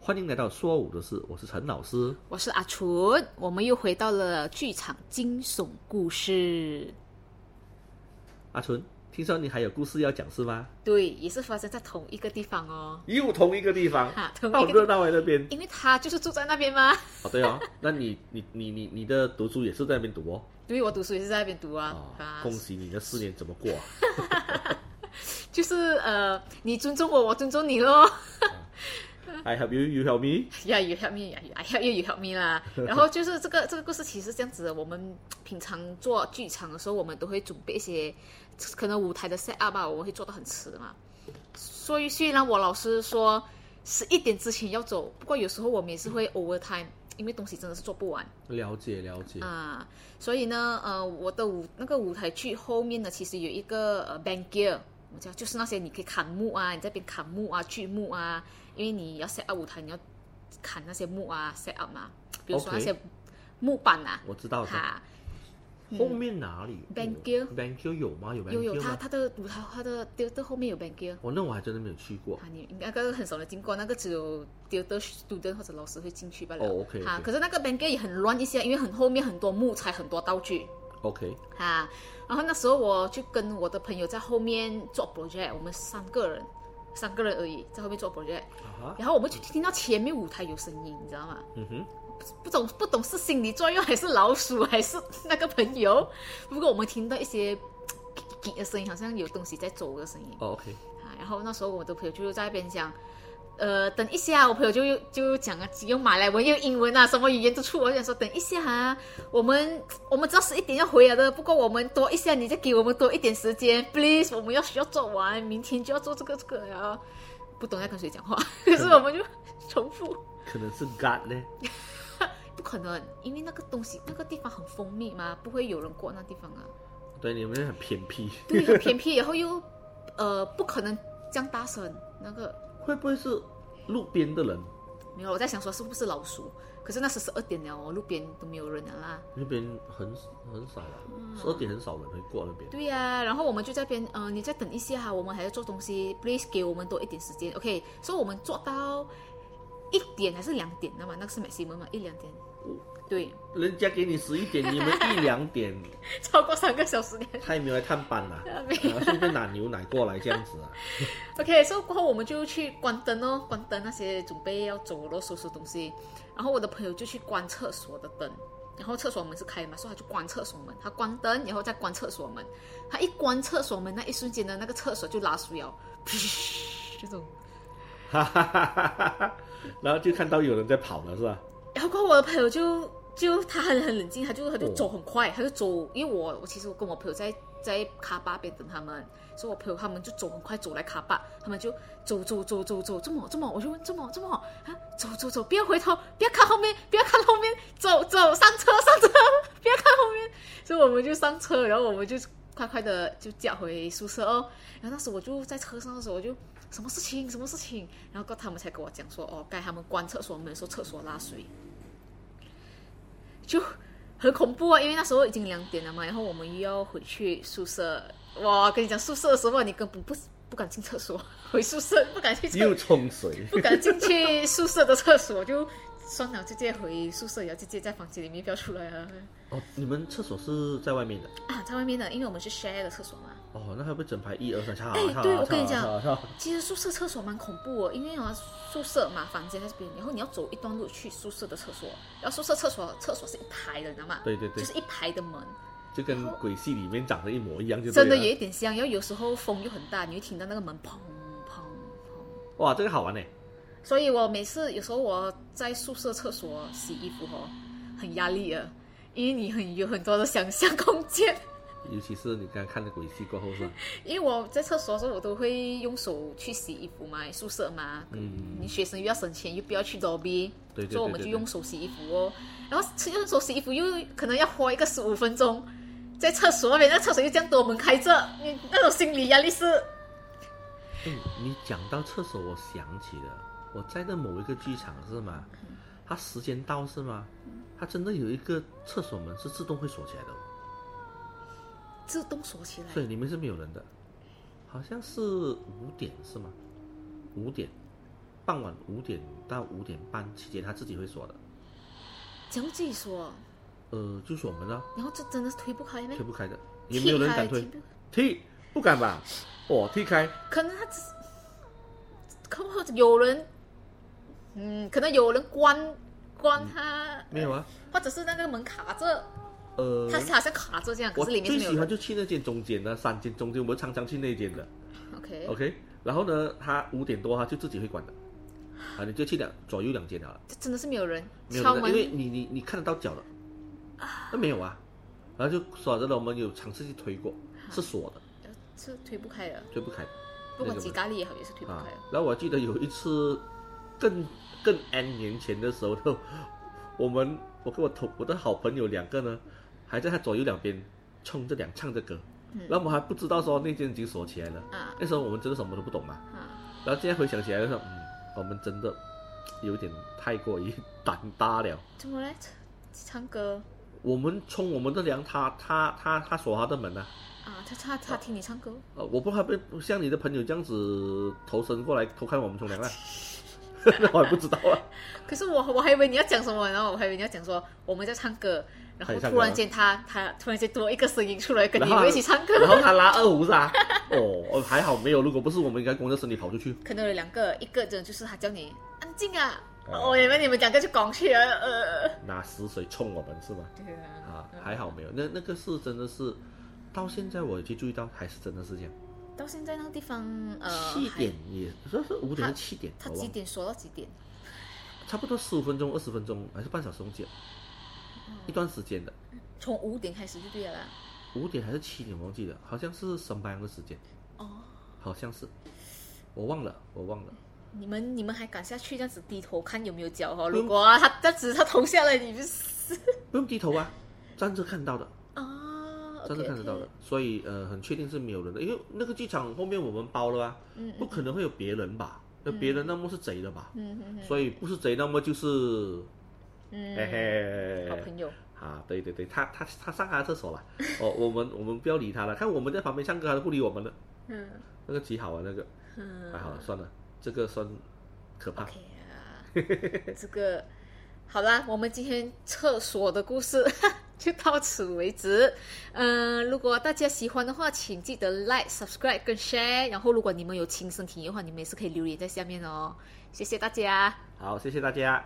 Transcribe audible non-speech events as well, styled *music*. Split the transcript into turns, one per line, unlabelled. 欢迎来到说五的事，我是陈老师。
我是阿纯，我们又回到了剧场惊悚故事。
阿纯，听说你还有故事要讲是吗？
对，也是发生在同一个地方哦。
又同一个地方
哈同一个
好
地
热闹哎那边。
因为他就是住在那边嘛。
哦，对哦， *laughs* 那你你你你你的读书也是在那边读哦。
对，我读书也是在那边读啊。
哦，
啊
恭，喜你的四年怎么过
*laughs*
啊？
就是呃，你尊重我，我尊重你咯。
I help you, you help me。
呀，you help me，呀，I help you，you help me 啦。然后就是这个这个故事其实是这样子的，我们平常做剧场的时候，我们都会准备一些可能舞台的 set up 啊，我们会做到很迟的嘛。所以虽然我老师说十一点之前要走，不过有时候我们也是会 overtime，因为东西真的是做不完。
了解了解。
啊，所以呢，呃，我的舞那个舞台剧后面呢，其实有一个呃 band gear，我们叫就是那些你可以砍木啊，你在那边砍木啊、锯木啊，因为你要 set up 舞台，你要砍那些木啊 set up 嘛，比如说
OK 哦
那些木板啊，
我知道的。
哈，
后面哪里
Bangkok
？Bankio 有吗？有
有有
Bankio
他
吗？
他的舞台他的 theater 后面有 band gear。
哦，那我还真的没有去过
啊，。你应该那个很少人经过，那个只有 theater student 或者老师会进去罢了。
哦，OK，OK
哈可是那个 band gear 也很乱一些，因为很后面很多木材、很多道具。
OK，
啊，然后那时候我就跟我的朋友在后面做 project，我们三个人，三个人而已，在后面做 project，
啊哈，
然后我们就听到前面舞台有声音，你知道吗？
嗯哼，
不懂不懂是心理作用还是老鼠还是那个朋友，不过我们听到一些叽叽的声音，好像有东西在走的声音
哦 OK，
啊。然后那时候我的朋友就在那边讲。呃，等一下，我朋友就又就讲啊，用马来文，用英文啊，什么语言都出。我就想说，等一下啊，我们我们知道十一点要回来啊的，不过我们多一下，你再给我们多一点时间，please，我们要需要做完，明天就要做这个这个了。不懂在跟谁讲话， *laughs* 可是我们就重复，
可能是 God 呢。
不可能，因为那个东西那个地方很封闭嘛，不会有人过那地方啊。
对，你们很偏僻。
对，
*laughs*
啊很偏僻，然后又呃不可能这样大声，那个
会不会是路边的人？
没有，我在想说是不是老鼠，可是那时十二点了哦，路边都没有人了啦。
那边很很少啊，十二点很少人会过那边。
对呀、然后我们就在边，呃，你再等一下哈，我们还要做东西，please 给我们多一点时间，OK？所、以我们做到一点还是两点的嘛，那个是 maximum 嘛，一两点，对，
人家给你十一点，你们一两点， *laughs*
超过三个小时你还
太没有来探班了，
啊没
然后顺便拿牛奶过来这样子啊。 *laughs*
OK，所、以过后我们就去关灯哦，关灯那些准备要走咯，收拾东西。然后我的朋友就去关厕所的灯，然后厕所门是开的嘛，所以他就关厕所门，他关灯，然后再关厕所门。他一关厕所门那一瞬间呢，那个厕所就拉出了， *laughs* 这种。
哈哈哈哈哈！然后就看到有人在跑了，是吧？
然后过后我的朋友就就他很很冷静，他就他就
哦
走很快，他就走，因为我我其实我跟我朋友在在卡巴边等他们，所以我朋友他们就走很快走来卡巴，他们就走走走走走，这么这么，我就问这么这么啊，走走走，不要回头，不要看后面，不要看后面，走走上车上车，不要看后面，所以我们就上车，然后我们就快快的就驾回宿舍哦。然后那时我就在车上的时候，我就什么事情什么事情，然后过后他们才跟我讲说，哦，该他们关厕所门，说厕所拉水，就很恐怖啊，因为那时候已经两点了嘛，然后我们又要回去宿舍。哇，跟你讲，宿舍的时候你根本不不敢进厕所，回宿舍不敢去厕
又冲水，
*laughs* 不敢进去宿舍的厕所，就算了，直接回宿舍，也要直接在房间里面不要出来啊！
哦，你们厕所是在外面的？
啊，在外面的，因为我们是 share 的厕所嘛。
哦，那还不整排一二三，下
哎
下
对我跟你讲
下下
其实宿舍厕所蛮恐怖哦，因为啊宿舍嘛，房间在这边，然后你要走一段路去宿舍的厕所，然后宿舍厕所厕所是一排的，你知道吗？
对对对
就是一排的门，
就跟鬼戏里面长得一模一样，就对
真
了
的有一点像。然后有时候风又很大，你会听到那个门砰砰砰。
哇，这个好玩呢。欸
所以我每次有时候我在宿舍厕所洗衣服哦，很压力啊，因为你很有很多的想象空间。 *laughs*
尤其是你刚看了鬼戏过后是吧？
因为我在厕所的时候，我都会用手去洗衣服嘛，宿舍嘛，
嗯
你学生又要省钱，又不要去 lobby，
对对对
所以我们就用手洗衣服哦。然后用手洗衣服又可能要花一个十五分钟，在厕所那边，那厕所又这样多门开着，你那种心理压力是
哎，你讲到厕所，我想起了，我在那某一个剧场是吗？它时间到是吗？它真的有一个厕所门是自动会锁起来的哦，
自动锁起来。
所以里面是没有人的，好像是五点是吗？五点，傍晚五点到五点半期间，他自己会锁的。
讲自己说，
呃，就锁门了，
然后这真的是推不开咩
推？不开的，也没有人敢推
踢开，踢不
踢，不敢吧？哦，踢开，
可能他只，可不可能有人，嗯，可能有人关关他，
没有啊，
或者是那个门卡着，
呃，
它是好像卡着这样，可
我
是里面
最
是没有
喜欢
人。
就去那间中间的，三间中间，我们常常去那间的。
OK，
OK，然后呢，他五点多他就自己会关的，啊，你就去两左右两间了，
这真的是没有人
没有
敲
人的，
门
因，为你你你看得到脚的，那没有啊，然后就锁着了，我们有尝试去推过，是锁的，
是推不开的。
推不开
不管
那个
几
门
咖喱也好，也是推不
啊
开的。。
然后我记得有一次更更 N 年前的时候，我们我跟我同我的好朋友两个呢，还在他左右两边冲着两唱着歌，
嗯
然后我们还不知道说那间已经锁起来了，
啊
那时候我们真的什么都不懂嘛。
啊，
然后现在回想起来就说，嗯，我们真的有点太过于胆大了。
怎么嘞？唱歌
我们冲我们的梁，他他他他锁他的门啊，
啊，他他他听你唱歌，
呃，我不怕被像你的朋友这样子投身过来偷看我们冲凉啊， *laughs* 那我还不知道啊。
可是我我还以为你要讲什么，然后我还以为你要讲说我们在唱歌，
他
然后
也唱歌
突然间他他突然间多一个声音出来跟
然
你
后
们一起唱歌，
然后他拉二胡是吧？哦，哦还好没有，如果不是我们应该光着身体跑出去。
可能有两个，一个人就是他叫你安静啊，
啊
哦，你们你们两个就讲去了，呃，
拿死水冲我们是吗？
对啊
啊，还好没有，那那个是真的是，到现在我已经注意到，还是真的是这样。
到现在那个地方，呃，
七
还
点也，这是五点还
他
是七点？
他
我忘
几
了。
点说到几点？
差不多十五分钟、二十分钟还是半小时中间，
嗯
一段时间的，
从五点开始就对了啦。
五点还是七点我忘记了，好像是上班的时间，
哦，
好像是，我忘了，我忘了。
你们你们还敢下去这样子低头看有没有脚哦？
不用
如果、啊、他这样子他投下来，你就死
不用低头啊，站着看到的，
*laughs* 啊！
站着看得到的，所以呃，很确定是没有人的，因为那个机场后面我们包了啊，
嗯
不可能会有别人吧？那别人那么是贼了吧？
嗯嗯
所以不是贼，那么就是，
嗯，
嘿嘿，
好朋友，
啊，对对对，他他他上他的厕所了，哦，我们我们不要理他了，看我们在旁边唱歌，他都不理我们了，
嗯
那个极好啊，那个。
嗯，
还好了，算了，这个算可怕。
OK 啊，这个好啦，我们今天厕所的故事 *laughs* 就到此为止。嗯、如果大家喜欢的话，请记得 like、subscribe 跟 share。然后，如果你们有亲身体验的话，你们也是可以留言在下面哦。谢谢大家。
好，谢谢大家。